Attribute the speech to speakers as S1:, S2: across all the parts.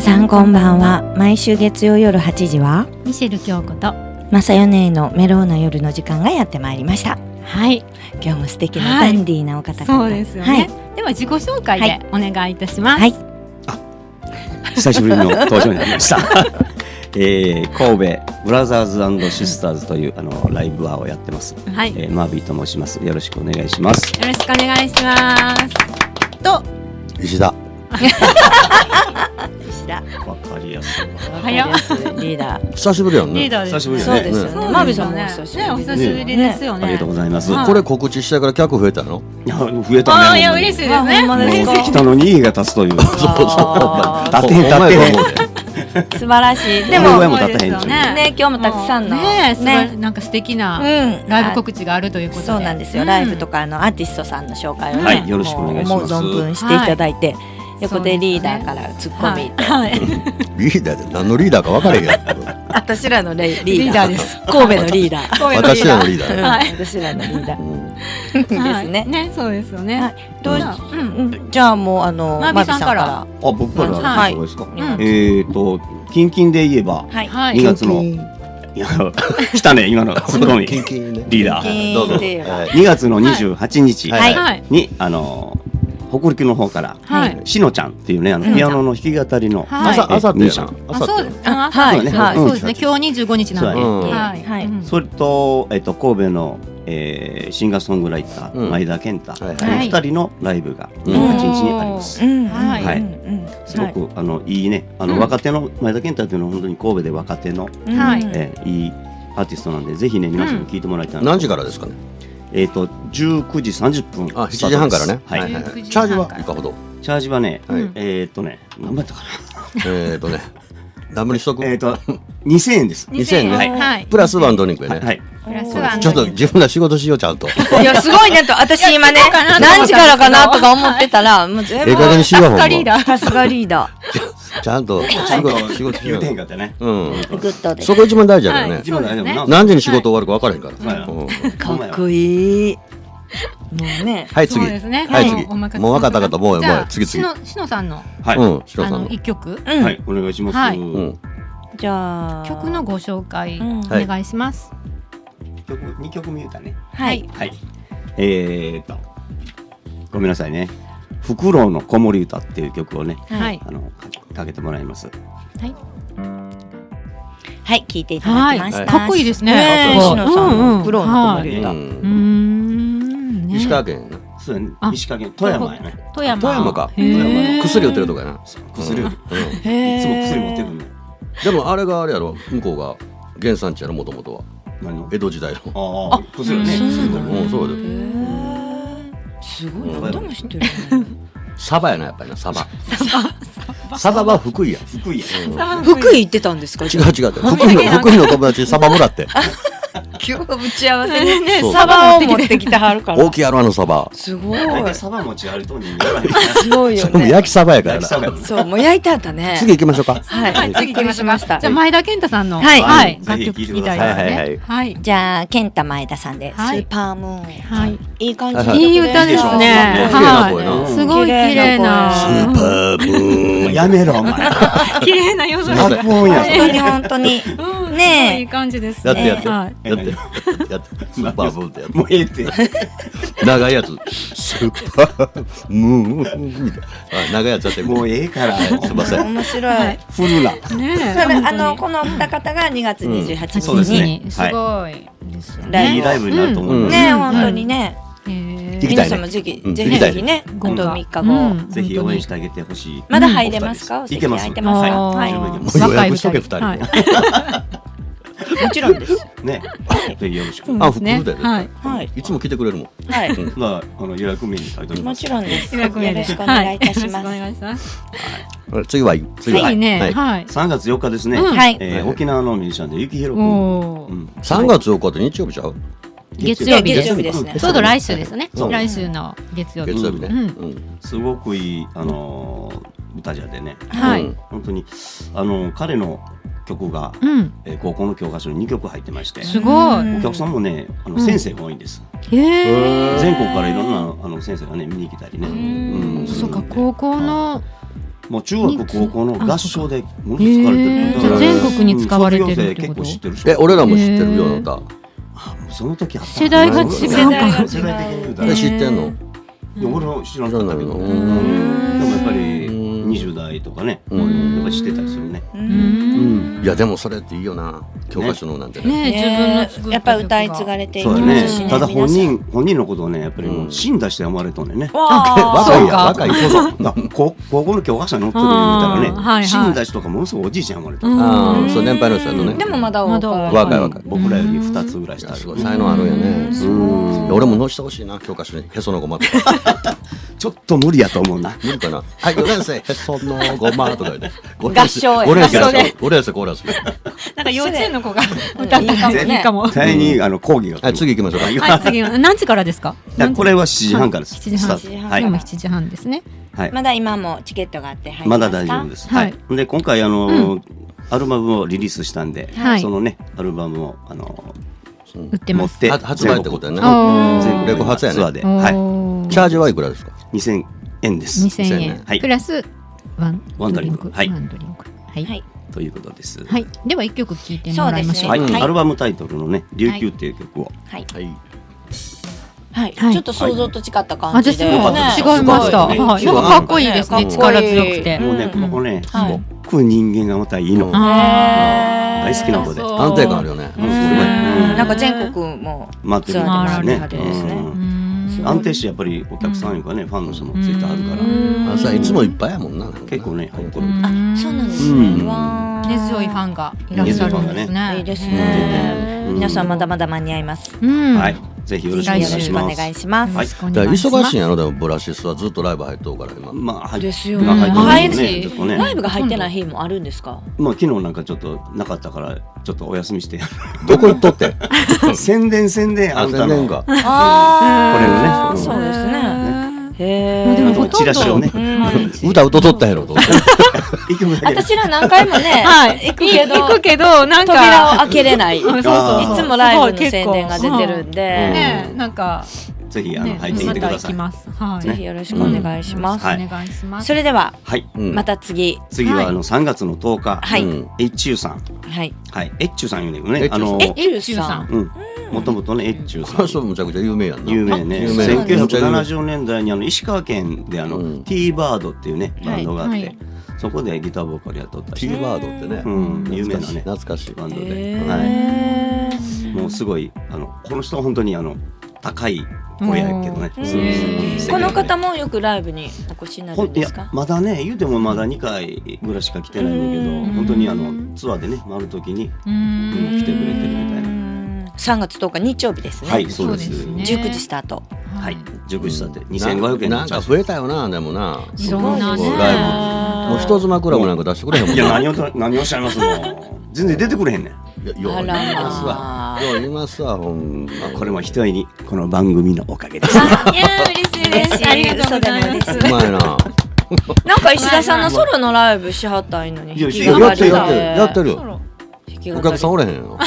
S1: さんこんばんは毎週月曜夜8時は
S2: ミシェル京子と
S1: マサヨネのメローな夜の時間がやってまいりました
S2: はい
S1: 今日も素敵なダンディーなお方々、
S2: そうですよね、
S1: はい
S2: では自己紹介
S1: は
S2: でお願いいたします、
S1: はい
S3: 久しぶりの登場になりました。 えー、神戸ブラザーズシスターズというあのライブバーをやってます、
S2: はい
S3: えー、マービーと申しますよろしくお願いします
S2: よろしくお願いしますと
S3: 石田
S1: 石田
S3: わかりやすい
S2: 早っ
S1: わかりやすいリーダー
S4: 久しぶりやん
S2: リー
S4: ね。
S2: ダーです
S3: 久しぶり
S1: そう
S3: や
S1: ですよね
S2: そうですよね
S1: マービーさんもお久しぶり
S2: ねお久しぶりですよね
S3: ありがとうございます、
S2: はい
S3: こ
S4: こ
S3: れ
S4: れ告知してから客増えた の？
S3: いや増え
S2: あ
S3: た
S2: ー
S3: ね
S2: いや嬉しいですね
S1: あほんま
S3: もう
S1: ですか
S3: 関田の2位が立つという
S1: そうそうあー
S3: 立てへん立てへん
S1: 素晴らし いで
S3: お前
S1: も
S3: も立たへん
S2: そ
S3: し
S2: うですよ
S1: ね今日もたくさんの
S2: ねすごい
S1: ね
S2: なんか素敵
S1: う
S2: なんライブ告知があるということで
S1: そうなんですよ、ライブと
S2: か
S1: かあのアーティストさんの紹介をね、
S2: はい
S3: よろしくお願いします
S1: もう思う存分していただいて、横でリーダーからツッコミ、
S2: はい
S4: リーダーで何のリーダーか分からへ んやん。
S1: 私らのレイリー
S2: リーダ
S1: ダー
S2: ーです
S1: 神戸のリーダー
S4: 私らのリーダ
S1: う
S4: ー。
S1: ん
S2: はい
S1: 私らのリーダー
S4: うん
S1: ですね、
S2: ねそうですよね、
S1: はいどうし
S2: うん
S1: うんじゃあもうあの
S2: マービーさんから
S1: マービ
S3: あ僕から
S1: はい
S3: どうですか、
S2: うん
S3: えっ、ー、と近々で言えば
S1: ーさんから
S2: は
S1: はい、
S2: い
S3: 二月のいや来たね今のツッコミ
S4: キンキンね
S3: リーダ
S1: ー
S4: はいどうぞ。
S1: キンキンリーダー
S4: はい
S3: 2月の28日に、
S4: はい
S2: はい
S3: あの北陸の方から、
S2: はい
S3: しのちゃんっていうねあ
S1: しのち
S3: のピ
S1: ゃん
S3: アノの弾き語りの、
S2: はい
S3: え
S4: 朝朝って
S3: ミュー
S4: や
S3: ジシャ
S4: な
S3: ン。
S2: あそうですあ
S1: はい
S2: そうです
S1: はい
S2: そうですね今日二十五日なんで、
S3: そう
S4: やね
S2: はい
S1: はい
S2: うん
S3: それと,、えっと神戸の、えーシンガーソングライター、
S4: うん
S3: 前田健太、
S4: はい
S3: この2人のライブが28
S4: うん
S3: 日にあります。
S1: うん
S2: はい
S3: はい
S1: うんうんうん
S3: すごく、あのいいねあの、
S2: うん
S3: 若手の前田健太というのは本当に神戸で若手の、
S1: うん
S2: はい
S3: えーいいアーティストなんでぜひね皆さんに聞いてもらいたいなと
S4: 何時からですかね？
S3: えっ、と19時30分
S4: あ、7時半からね。
S3: はい
S4: はいは
S2: 19
S4: い
S2: 時半から
S4: チャージはいかほど。
S3: チャージはね、
S2: はい
S3: えっ、とね何倍だったかな
S4: えっとね、ダブルしとく。
S3: えっ、と2000円です。
S4: 2000円ね
S2: はいはい
S4: プラスワンドリンクや
S3: は
S4: ね
S3: い。はい
S2: プラス
S1: は
S2: ワ
S1: い
S2: ン
S4: ちょっと自分ら仕事しようちゃんと。
S1: いやすごいねと私今ね何時からかなとか思ってたらもう全
S4: ええ加減
S1: 部
S4: にしようほんま。
S2: リー
S4: ち
S2: ダー
S1: さすがリーダー
S4: ゃんと仕事仕事し
S3: 言
S4: よ
S3: うてへん
S4: う。
S3: かったね。
S4: うん。
S1: グッドです
S4: そこ一番大事やから
S2: は
S4: ね
S2: い。
S3: 一番大丈夫な。
S4: 何時に仕事終わるか分からへんから。
S3: はい
S4: うん
S1: かっこいい。もうね。
S4: はい次。
S2: そうですね
S4: はい
S2: もう
S4: 次。
S2: お任せ
S4: もう分かった分かったもうも
S2: じゃあ
S4: う次
S2: し
S4: 次。
S2: のしのさんの
S3: はい、
S4: うん、白
S2: あ
S4: さん
S2: の
S4: の。
S2: 一曲
S1: うん。
S3: はい、お願いします。
S2: はい
S4: うん、
S1: じゃあ
S2: 曲のご紹介
S1: うん
S2: お
S4: はい
S2: 願いします
S3: 曲二曲目だね。
S1: はい。
S3: はい。えー、っと、ごめんなさいね。フクロウの子守歌っていう曲をね、
S2: はい
S3: あのかかけてもらいます。
S2: はい
S1: はい聞いていただきました。
S4: はい
S2: かっこいいですね
S1: ねえ
S3: かっこいい
S1: しのさん
S2: うんうん
S1: のプロの子
S4: う
S1: 守歌。
S2: うー
S4: ん
S2: んね
S4: 石川県や
S3: そうだね
S2: あ。
S3: 石川県富山やね。
S2: 富山
S4: な。富山か。
S2: へー
S3: 富山
S4: うん薬売ってるとかやな。
S3: そう薬、
S4: う
S3: い
S4: ん
S3: つも
S4: うん
S1: へー
S3: 薬持ってくんね。
S4: でもあれがあれやろ、向こうが原産地やろ、もともとは。
S3: 何の
S4: 江戸時代の。
S3: ああ、薬
S1: う
S3: ね。
S1: ん
S3: 薬飲む
S4: うんそうだよ
S1: へーすごい。
S4: うん
S1: 何でも知ってるね。
S4: サバやな、やっぱりな、サバ。サバは福井や。
S3: 福井や。
S4: うん
S1: 福井行ってたんですか。
S4: 違う違う。福井の、福井の友達、サバもらって。
S1: 今日打ち合わせでね
S4: そう
S1: サバを持ってきてはるから
S4: 大。きいやろ、あのサバ。
S1: すごい。
S3: 大体サバ餅あると人間やらへんな。
S1: すごいよ
S4: それも
S1: ね。
S4: 焼きサバやから
S3: 焼きサバ
S4: な。
S3: やね
S1: そうもう焼いてあったね。
S4: 次行きましょうか。
S1: はい。
S2: 次
S1: びっくりしました
S2: じゃ。あ前田健太さんの
S1: はい
S2: はい
S3: はい
S2: 楽曲聞きたいです
S4: ぜひ聞いて
S2: ね
S4: く
S2: はい
S1: じゃあ健太前田さんでス
S2: はい
S1: ーパームーン。
S2: はい
S1: いい感じの
S4: は
S1: 曲
S4: い
S1: で。
S2: いい歌です
S3: いい
S2: ね
S3: でしょう
S4: 綺麗な声
S2: は
S3: ない
S2: すごい綺麗な
S4: ス
S1: 綺
S4: ーパーブ
S3: もう
S4: ー ン。
S3: やめろ、お前。
S2: 綺麗な夜空
S4: ません
S3: 学問や。
S1: 本当に本当に。
S2: うんす
S1: ねえ
S2: ごいいい感じです
S4: やって
S2: ね
S4: やって。や
S2: は
S4: っ
S2: い
S4: て。やって。やってスーパーブーンってやって。
S3: もうええって。
S4: 長いやつ。スーパームーンみたいな。あ長いやつだって、
S3: も
S4: もう
S3: うええから。
S4: すいません。
S1: 面白い。
S3: フルラ。
S2: ねえ
S1: それあ
S2: 本当
S1: のこのお二方が2月
S2: に
S3: そ
S1: 28
S3: うです
S1: 日に、
S3: ね
S2: すごいですよ
S1: ライブ
S3: いいライブになると思います。
S1: ね
S2: うん
S1: 本当にね、
S2: へ
S4: 行き
S2: え
S1: 皆
S4: たいね
S1: さんもぜひ、
S4: うん
S1: ぜ
S4: 行
S1: ひ
S4: きた
S1: ぜ
S4: いね
S1: ひね、
S2: 今
S1: 今
S2: 度
S1: 度3日後、
S2: うん
S3: ぜひ応援してあげてほしい。
S1: まだ入れますか、
S3: うん
S1: お席
S3: いけます
S1: 空いてます
S3: あ
S1: は
S2: ー
S1: い、
S3: も
S4: う予約しとけ
S2: 若い二人
S1: もちろんです
S3: ね。ぜひよろしく。
S4: あ、服
S2: ね
S4: だよ
S2: はい
S4: ね。
S1: はい
S4: いつも来てくれるもん。
S1: はい
S3: まあ、あの予約メニューに書いておりま
S1: も
S3: す。
S1: ちろん ですよ
S2: 予約メール
S1: ろしくお願いいたします、
S2: はいよろしくお願いします。
S4: 次はいい。次
S2: い
S4: い
S2: い
S4: い
S2: ね。
S4: はい
S2: はい。
S3: 3月4日ですね。
S2: うん
S1: はい
S3: えー
S4: はい
S3: 沖縄のミュージシャンでゆきひろくん。
S2: お
S3: う
S2: ー
S3: ん
S4: 3月4日って日曜日ちゃう
S2: 月曜日です
S1: 月曜日ですね
S2: ちょうど来週ですね。
S3: そう
S2: 来週の月曜日。
S4: 月曜日ね。
S2: う
S4: うんん。
S3: すごくいい、あのー、歌じゃでね。
S2: は
S4: う
S2: い
S4: ん。
S3: 本当に、あの、彼の曲が、
S2: うん。
S3: えー高校の教科書に2曲入ってまして。
S2: すごい
S1: うん
S3: お客さんもね、
S2: う
S3: あの
S2: ん
S3: 先生が多いんです。
S2: へえ。
S3: 全国からいろんなあの先生がね見に来たりね。
S2: うん。
S3: うん
S2: そうか高校の
S3: もう中学高校の合唱でものすごい使われて
S2: へ
S3: る
S2: ー
S3: だから
S4: じゃあ
S2: 全国に使われてるってこと
S3: うん卒業生結構知ってるし
S4: え、俺らも知ってるよ、あなた。
S3: その時あった
S2: 世代が違うか
S3: 世代が違う
S1: 世代
S3: 世代
S1: が違う
S3: 的に言うたら
S4: え
S1: へー
S4: 知ってんの
S3: いや俺も知らなかったけど、
S4: うん
S3: うんでもやっぱり
S4: うん
S3: 20代とかね、
S4: うん
S3: やっぱり知ってたりするね、
S1: う
S2: うんん
S4: いや、でもそれっていいよな。教科書のなんてね。
S2: ね
S1: ね
S2: 自分の作
S1: やっぱり歌い継がれていき
S3: そうだ
S1: ま
S3: ね
S1: すしね
S3: ただ本人本人のことをねやっぱりもう死んだして思われとんねんね、
S1: わ
S4: 若い
S2: そう
S4: や、
S2: か
S4: 若い子だ。
S3: な高高校の教科書に載ってる
S2: あ
S3: 言う
S2: ー
S3: た
S2: はいは
S3: ら
S2: い
S3: ね、死んだ人とかものすごいおじいちゃん生まれた
S2: うん
S4: ああ、そう、年配の人やとね。
S1: でもまだ
S2: まだ若い
S4: 若い若い。
S3: 僕らより2つぐらい
S4: い
S3: 下
S4: や
S3: ある
S4: すごい才能あるよね。うん俺も載せてほしいな、教科書に。へそのごまとか。
S3: ちょっと無理やと思うな
S4: 無理かな。はい、4年生、へそのごまとか言って。
S1: 合唱や
S4: 5年生、
S1: 合
S4: 5
S1: 唱ね
S4: 年生、コーラス。
S2: なんか幼稚園の子が歌ったら
S1: うん
S2: いいかも。
S3: 絶対にあの講義が来
S4: は
S3: る
S4: い、次行きましょうか。
S2: はい、次は何時からですか
S3: いやこれは7時半からです
S2: 7時半。
S3: スタ
S1: 7時
S3: ート
S1: 半
S3: は
S2: 今も
S3: い、
S2: 7時半ですね。
S3: はい、
S1: まだ今もチケットがあって入り
S3: ま
S1: ます
S3: だ
S1: か
S3: 大丈夫です、
S2: はい
S3: で今回あの、アルバムをリリースしたんで、
S2: はい
S3: そのねアルバムをあの
S2: 売って
S3: 持
S2: ま
S3: っ
S2: す。
S3: て
S4: は発売ってことやね
S2: あー
S3: 全国
S4: レコ発やね
S3: ツアーで、
S2: おー
S3: は
S4: チャージはいくらですか
S3: い、2000円です
S2: 2000円、
S3: はい
S2: プラスワン
S3: ワンドリンクはい
S2: ワンドリンクはい、は
S1: はいい
S3: ということです、
S2: では一曲聴いてもらいましょう
S1: そう
S3: は
S1: で
S3: い
S1: すねはい
S3: アルバムタイトルのね「琉球」っていう曲を、
S1: はい
S4: はい。
S1: はい、
S2: はい
S1: ちょっと想像と違った感じ
S2: 私
S1: で、
S2: も
S1: ね
S2: 違いました、
S3: ね
S2: はい、なんかかっこいいですね
S1: ね
S2: 力強くて
S1: かっ
S3: もうね
S1: うん
S3: ここね、
S1: はい
S3: すごく人間がまたいいの、
S4: うん
S2: あ
S3: 大好きな子で
S2: そう
S4: 安定感あるよね。
S1: うん
S3: うん
S1: なんか全国も
S3: 待ってる
S1: ツアーで回られてますね
S3: う
S2: うんーん
S3: 安定してやっぱりお客さんいうかね、ファンの人もついてあるから、
S2: うん
S4: あさいつもいっぱいやもんな。なんか
S3: 結構ね入ってる
S2: うん
S1: あそうなんですね、
S3: うん
S1: わー
S2: 根強いファンがいらっしゃるんですね
S1: いいです
S3: ね
S1: ね、
S3: うん
S1: 皆さんまだまだ間に合います、
S2: うん、
S3: はいぜひよろしくお願い
S1: よろし
S3: し
S1: くお
S3: ま
S1: 願い
S3: す
S1: します、
S3: はい
S2: よろくお願
S4: だから
S2: いし
S4: 忙
S2: ます
S4: しいんやろでもブラシスはずっとライブ入っとうから今。
S3: まあはい
S1: ですよ
S3: ね
S1: ね
S3: 入っ
S2: 入
S3: てるね
S2: る
S3: ちょ
S2: し
S3: っとね
S1: ライブが入ってない日もあるんですか
S3: まあ昨日なんかちょっとなかったからちょっとお休みして
S4: どこ行っとってん
S3: 宣伝宣伝あ
S4: あ
S3: んた
S4: 宣
S3: の
S4: 伝が。
S1: あ
S3: これ
S1: そ
S3: をね
S1: うですねへ
S2: まあ
S1: え
S2: でもほとんど
S3: チラシをね
S1: うん
S4: 歌歌っとったんやろと思って。
S3: 一曲だけ
S1: 私ら何回も ね、
S2: はい
S1: 行くけど
S2: 行くけどなんか
S1: 扉を開けれないい
S2: うん
S1: つ
S2: そうそうそう
S3: あー
S1: もライブの宣伝が出てるん
S4: うん
S1: で、
S2: ねなんか
S3: ぜひあの
S2: ね
S3: 入ってみてくだ
S2: また行
S3: さ
S2: き
S3: い
S2: ますはい
S1: ぜひよろしくお願いします、
S3: はい
S2: お願いします
S1: それでは
S3: はい
S4: うん
S1: また次、
S3: 次はあの3月の10日
S1: はい
S4: うん
S3: 越中さん
S1: はい
S3: はい越中さんいうねんけどね
S4: 越
S3: あ
S4: 中さん
S3: の
S1: え
S2: えゆうさん
S3: うんもともとね越中
S4: こ
S3: さ
S4: の人
S3: ん
S4: むちゃくちゃ有名やんな。
S3: 有名ね
S4: 有名
S3: 1970年代にあの石川県であ
S4: う
S3: の
S4: ん
S3: T バードっていうねバンドがあっ
S2: はいは
S3: て
S2: い
S3: そこでギターボーカルやっとったし
S4: T ワードってね
S3: う。ん有名なね
S4: 懐かしい。
S3: バンドではい
S1: へー
S3: もうすごいあのこの人は本当にあの高い声やけどね。
S1: うん
S3: すごい素敵
S1: こ
S3: な
S1: の
S3: ね
S1: 方もよくライブにお越しにな
S3: ほ
S1: る
S3: ん
S1: ん
S3: い
S1: です
S3: や
S1: か
S3: まだね言うてもまだ2回ぐらいしか来てないんだ
S1: う
S3: けど
S1: ん
S3: 本当にあのツアーでね回る時に
S2: うーん
S3: うん来てくれてるみたいな
S1: 3月10日日曜日ですね、
S3: はいそうです
S2: そうですね
S1: 19時スタート
S3: はい熟したって
S4: な
S3: 2500円
S4: なん
S3: ちゃ
S4: か
S3: う
S4: 増えたよな、でもな。
S2: いろんなね
S4: すごいライブ。もう人妻クラブなんか出してくれへんもん
S3: い
S4: な
S3: や何をと何をおっしゃいますの全然出てくれへんねん
S4: いやよう
S1: あ
S4: い
S1: ら
S4: ますわ
S1: ま。あ
S4: よういますわ、ほんま。
S3: これも一重にこの番組のおか げです
S1: いやー嬉しい嬉しい
S2: ありがとうございます
S1: 嘘でも嬉し
S4: うまいな。
S1: なんか石田さんのソロのライブしはったいのに
S3: い
S1: 弾
S3: や
S4: い
S1: き
S4: や
S1: 語り
S4: やって
S1: で
S4: るやってるやって
S2: そ
S4: るよ。
S2: ろ
S1: 弾き語
S4: お
S1: り
S4: 客さんおれへんよ。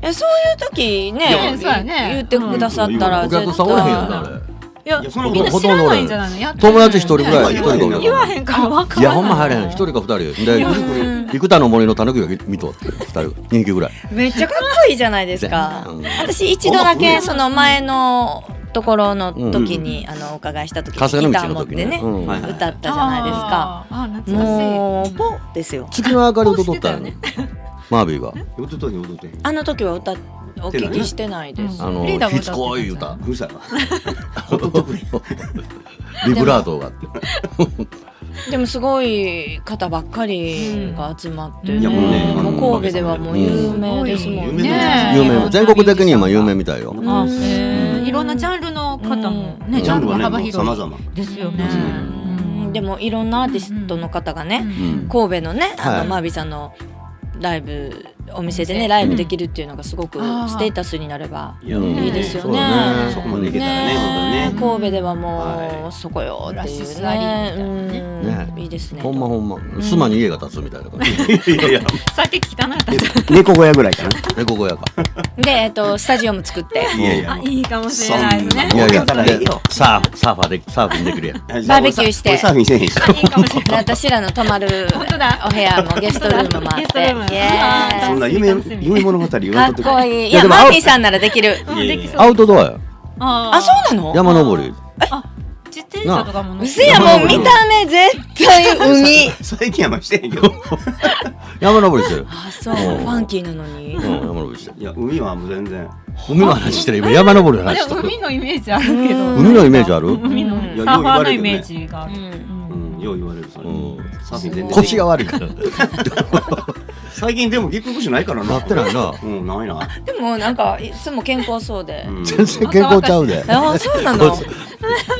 S1: えそういう時ね
S2: ねそうやね
S1: 言ってくださった
S4: お
S1: ら絶
S4: 客さんおれへんやんな、あ
S1: 対
S4: れ。
S2: いや
S3: いやそんな
S2: みんな
S3: こと
S4: ほ
S2: 知
S4: とん
S2: らな
S4: どおらへ
S2: いん
S4: ん
S2: じゃないのやってる
S4: 友達一人ぐらい、一
S3: 言
S4: 人
S3: わ
S4: か
S3: へん
S4: 二
S2: 言わ
S4: 人。
S2: へんからわか
S4: い
S2: んな
S4: や
S2: い
S4: ほんま入れへん一人か二人で幾多の森のたぬきが見とって二人人気ぐらい
S1: めっちゃかっこいいじゃないですか
S4: うん
S1: 私一度だけその前のところの時にあのお伺いした時に
S4: 春日
S1: ギ
S4: の
S1: ター持
S4: 道の
S1: っ
S4: 時
S1: てね
S4: ね、うん
S3: はいはい
S1: 歌ったじゃないですか
S2: あーあー懐か
S1: もうポッですよ
S4: 月の明かりを踊ったよねマービーが
S3: 踊っとんねん踊っとんねん
S1: あの時は歌お聞きしてないです
S4: あの
S2: リーダーが歌ってた
S4: しつこい歌
S3: うるさいわ踊っとくれ
S4: ビブラートがあって
S1: でもすごい方ばっかりが集まって
S2: うんい
S1: ね
S2: やもうね
S1: もう神戸ではもう有名ですもん
S3: うん
S1: ね
S4: 有名全国的に今有名みたいよ
S1: ん
S2: あ
S1: うん
S2: へーいろんなジャンルの方もね、
S4: うん
S3: ジャンルはね
S2: 幅
S3: もう
S2: 広い
S3: 様々
S2: ですよね。
S1: うんでもいろんなアーティストの方がね
S2: うん
S1: 神戸のね、あ
S4: はい
S1: のマービーさんのライブお店でねライブできるっていうのがすごく
S2: あー
S1: ステータスになれば
S3: いや
S4: うん
S1: いいですよね
S3: そうだねそこまでいけたらね
S1: ね
S3: 本
S1: 神戸ではも
S3: は
S1: うそこよっていう
S2: ラシスラ
S1: ね
S2: リーみたい
S1: うん
S4: ね
S1: いいですね
S4: ほんまほんま。すまに家が建つみたいな感じ。
S3: 当にね。いやいや
S2: さっき汚かった。
S3: 猫小屋ぐらいかな。
S4: 猫小屋か。
S1: でえっとスタジオも作って
S3: いやいや
S2: あ、いいかもしれないですね
S3: そ。ん
S4: い
S3: な
S4: やいや、
S3: 儲けたらいいよ
S4: でサーフ、サーファーで、サーフィンできるやん。
S1: バーベキューして
S3: 俺サーフィンせえへんし。
S2: いいかもしれ ない。
S1: 私らの泊まる
S2: 本当だ
S1: お部屋もゲストルームもあっ
S2: ゲストル
S1: て
S2: ーム
S1: イエーイ
S3: そんな夢
S2: 楽しみ
S3: 夢物語言
S1: か
S3: わん
S1: っ
S3: とて
S1: こいい。い
S3: いや
S1: や、
S3: でも
S1: マ
S3: 青
S1: ーフィーさんならできる。
S2: うんできそう
S4: アウトドアや。
S2: あ
S1: あ、そうなの
S4: 山登り。
S2: あ、自転車とかも乗
S1: う
S2: って
S1: せや、もう見た目絶対海。
S3: 最近はましてへんけど。
S4: 山登りしてる。
S1: あ、そう。
S4: うん
S1: ファンキーなのに
S4: うん、。山登りしてる。
S3: いや海はもう全然。
S4: 海の話してる。今、山登りの
S2: あで
S4: 話し
S2: も
S4: てる。
S2: 海のイメージあるけど。
S4: 海のイメージある
S2: 海の
S1: うん
S3: いや
S2: サーファーの
S3: よ
S2: イ
S3: う言われるよね
S2: メージがあ
S1: う
S2: る。
S1: ん
S3: うんよう言われるそれ
S4: うん。
S3: サーフィン全然。
S4: 腰が 悪いから。
S3: 最近でもぎっくり腰ないからな。
S4: なってないな。
S3: うんないな。
S1: でも、なんか、いつも健康そうで
S3: う。ん
S4: 全然健康ちゃうで。
S1: あ、そうなの。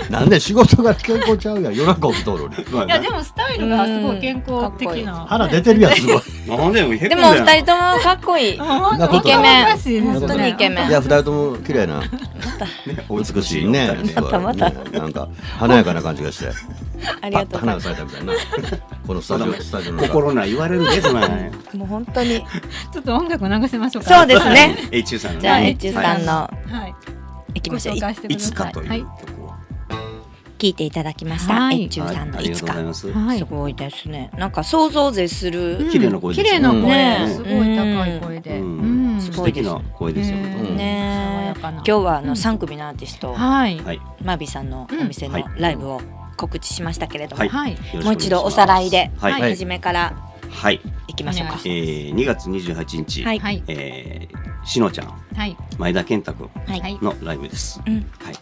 S4: なんで仕事が健康ちゃうやん。夜中起きとるのに。
S3: まあ
S2: い
S3: な
S2: やでもスタイルがすごい健康的な。
S4: 腹出てるやん、すごい。
S3: なんでよへこん
S1: で
S3: でん
S1: も、二人ともかっこいい。
S2: 本
S4: 当
S2: 当
S4: イケメン
S1: 本当にイケメ
S4: い
S1: ン。
S4: や、二人とも綺麗な。美しいね。すごい
S1: またまた
S4: ねなんか、華やかな感じがして。
S1: あり
S4: パッ
S1: がとう
S4: と
S1: ございま
S4: 花が咲いたみたいな。このスタジオ、スタジオの中。
S3: 心ない言われるでそんなね。
S1: す。もう本当に。
S2: ちょっと音楽流しましょうか。
S1: そうですね。
S3: エチューさんのね。
S1: じゃあ、エッチュさんの、
S2: はい。
S1: いき
S2: ご
S1: ましょう。
S2: 紹介してく
S3: い
S2: だ
S3: つ
S2: さ
S3: か
S2: い。
S3: という
S2: はい。
S3: 曲を。
S1: 聞いていただきました。
S2: はい
S1: エッチュさんの
S3: あ
S1: い
S3: りが
S1: つ
S3: とう
S1: か
S3: ござい。ます。
S2: はい
S1: すごいですね。なんか想像絶する。
S3: 綺麗な声です
S2: 綺
S3: よ
S2: 麗な声、
S1: ね
S2: すごい高い声で。
S3: うん
S2: うん
S1: す
S3: 素
S1: ごい
S3: 敵な声ですよ。
S2: うん
S3: うん
S2: 爽
S1: ね
S2: や
S1: え
S2: かな
S1: 今日はあの三組のアーティスト、
S2: はい。
S3: はい。
S1: マービーさんのお店
S3: う
S1: の
S3: んはい
S1: ライブを告知しましたけれども、
S3: はい
S2: はい。
S3: よろしく願いします
S1: もう一度おさらいで、
S3: はい。
S2: はい
S1: 初めから
S3: はい。
S1: いきましょう
S2: お
S1: か
S2: 願い。し
S3: えー、2月28日、
S1: はい
S2: はい。
S3: えー、しのちゃん、
S2: はい。
S3: 前田健太君
S1: はい。
S2: は
S1: はいい。
S3: のライブです。
S1: うん
S3: はい。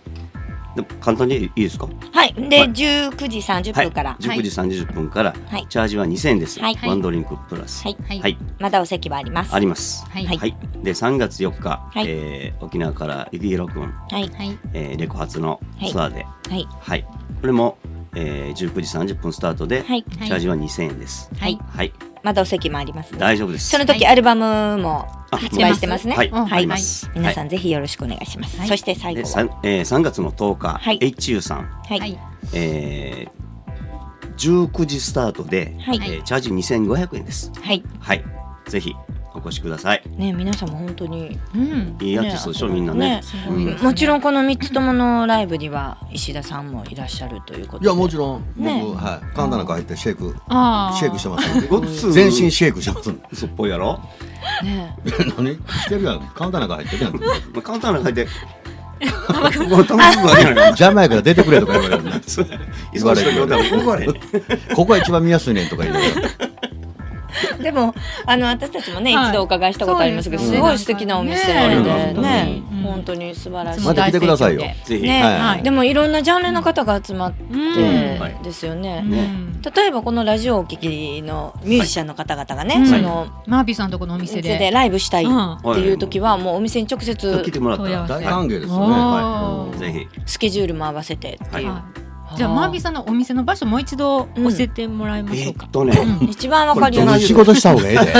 S3: でも簡単でいいですか
S1: で、
S3: はい
S1: 19時30分から、
S3: はい、19時30分から、
S1: はい
S3: チャージは2000円です、
S1: はい
S3: ワンドリンクプラス。
S1: はい
S2: はい
S3: はい。
S1: まだお席はあります。
S3: あります。
S2: はい
S1: はい
S3: で、3月4日、
S1: はい
S3: えー沖縄から幸宏君、
S1: はい。
S2: はい。
S3: えーレコ発のツアーで、はい。
S1: はい。
S3: これも、えー、19時30分スタートで、
S1: はい。
S2: はい
S3: チャージは2000円です。
S2: はい。
S3: はい。
S1: まだお席もあります、
S3: 大丈夫です。
S1: その時、
S2: はい
S1: アルバムも
S3: あ
S1: 発売してますね。
S3: はい。
S2: はい
S3: あります。
S1: 皆さ
S3: ん。
S1: んぜひよろしくお願いします。
S2: はい
S1: そして最
S3: で
S1: 後は、
S3: さんえー、3月の10日、
S1: はい
S3: HU さん、
S1: はい。
S2: はい。
S3: えー、19時スタートで、
S1: はい
S3: えーチャージ2500円です。
S1: はい。
S3: はい。ぜひお越しください。
S1: ね、皆さんも本当に
S2: うん。
S3: いいアーティストでしょ、みんなね。
S1: ね
S2: すごいですね
S1: もちろんこの三つとものライブには石田さんもいらっしゃるということ
S4: い
S1: で。
S4: や、もちろん、僕、
S1: ね
S4: はい。カンダなんか入ってシェイク、
S2: ああ。
S4: シェイクしてます。
S3: ごっつ
S4: 全身シェイクしてます。
S3: 嘘っぽいやろ。
S1: ね
S4: 何してるやん。カンダなんか入ってるやん。
S3: まあ、簡単な感じ で。もう楽しくわけないから。
S4: ジャマイカから出てくれとか言われるね。
S3: そう 忙し いことは僕はね。
S4: ここが一番見やすいねんとか言いながら。
S1: でもあの私たちもね、
S2: はい
S1: 一度お伺いしたことありますけど、
S2: そうです
S1: す
S2: よね
S1: ごい素敵なお店でね
S4: ね
S2: うん
S1: 本当に素晴らしい。
S4: また来てくださいよ。
S3: ぜひ。
S1: ね、
S4: はい
S1: でもいろんなジャンルの方が集まって、
S2: うん
S3: はい
S1: ですよね。
S2: う
S3: ね
S2: ん
S1: 例えばこのラジオをお聞きのミュージシャンの方々がね、
S2: はい
S1: その
S2: マービーさんとこのお店
S1: 店
S2: で。
S1: でライブしたいっていう時はもうお店に直
S3: 来
S1: 接
S3: てもらったら。
S2: 問
S4: 大
S2: い合わ
S4: 歓迎です
S2: お
S4: よね。は
S2: ー
S3: ぜひ。
S1: スケジュールも合わせてっていう。
S2: はいじゃあマービーさんのお店の場所もう一度教えてもらいまし
S3: え
S2: ょう
S3: ー
S2: か
S3: っ。とね。
S1: ん一番わかり
S4: い。
S1: や
S4: 僕
S1: すい
S4: 仕。事した方がええで。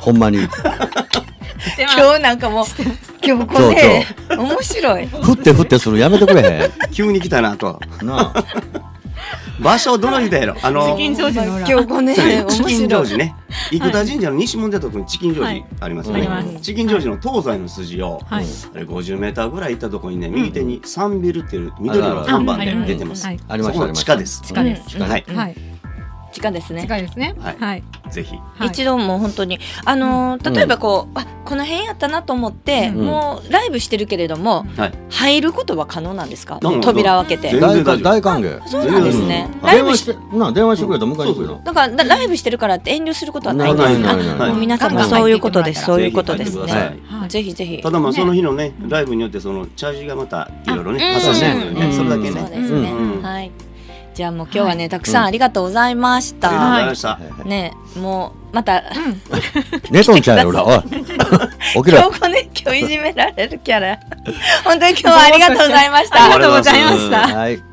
S4: ほんまに。
S2: では
S1: 今日なんかもう今日こ れ面白い。
S4: 振って振ってするのやめてくれへ
S3: 急に来たなと。
S4: ん。なあ。
S3: 場所どの日だやろ。あの。
S2: 金常時の裏
S1: 今日これ
S3: それ
S1: 面
S3: チキンジ
S1: 白
S3: ョー
S1: い。
S3: ジね。生田神社の西門出たとこにチキンジョージありますよね。
S2: はいあり
S1: ます
S3: チキンジョージの東西の筋を、
S2: はい
S3: あれ50メーターぐらい行ったとこにね、右手にサンビルっていう緑の看板で出てます。
S2: ああり
S4: ありました、ありま
S3: そこの
S4: し
S3: 地
S4: た。
S3: 下です。
S2: 近いです
S3: うんはい。
S1: うん
S2: はい。
S1: 時間ですね。
S2: 近いですね。
S3: はい
S2: はい。
S3: ぜひ。
S2: はい
S1: 一度もう本当にあのー
S4: うん
S1: 例えばこう、あこの辺やったなと思って、
S4: うん
S1: もうライブしてるけれども
S3: はい。
S1: 入ることは可能なんですか
S3: どうも
S1: 扉を開け
S3: ど
S1: て
S3: うも
S4: 大
S3: 全然大丈夫
S4: 大歓迎。
S1: そうなんですね、
S3: うん
S1: ライ
S4: 電
S1: ブ
S4: 話
S1: し
S4: して、なあ、電話してくれたら迎えに来るよ。
S1: だからだライブしてるからって遠慮することはないんで
S4: な
S1: す
S4: い
S1: ね
S4: ない
S1: あ
S4: ない
S1: もう皆さん
S2: ガ
S1: も
S2: ンガン
S1: そういうことです
S2: 入
S1: そういうことです
S3: ぜひ入ってくださ
S1: ね
S3: い
S2: はい
S1: ぜひぜひ
S3: ただまあその日のねライブによってそのチャージがまたいろいろね
S1: あ
S3: 発生してくるので
S4: うん
S3: ねそれだけ
S1: そう
S3: ね。
S1: ですね、
S3: うん
S1: はいじゃあもう今日はね、たくさんありがとうございまし
S3: ありがとうご
S1: た、
S3: ざいました。
S1: ねもうまた
S4: 寝とんちゃうよ、裏。お い。起きろ
S1: 今
S4: よ。
S1: 日こ ね今日いじめられるキャラ本当に今日はありがとうございました
S2: ありがとうございました。
S4: はい。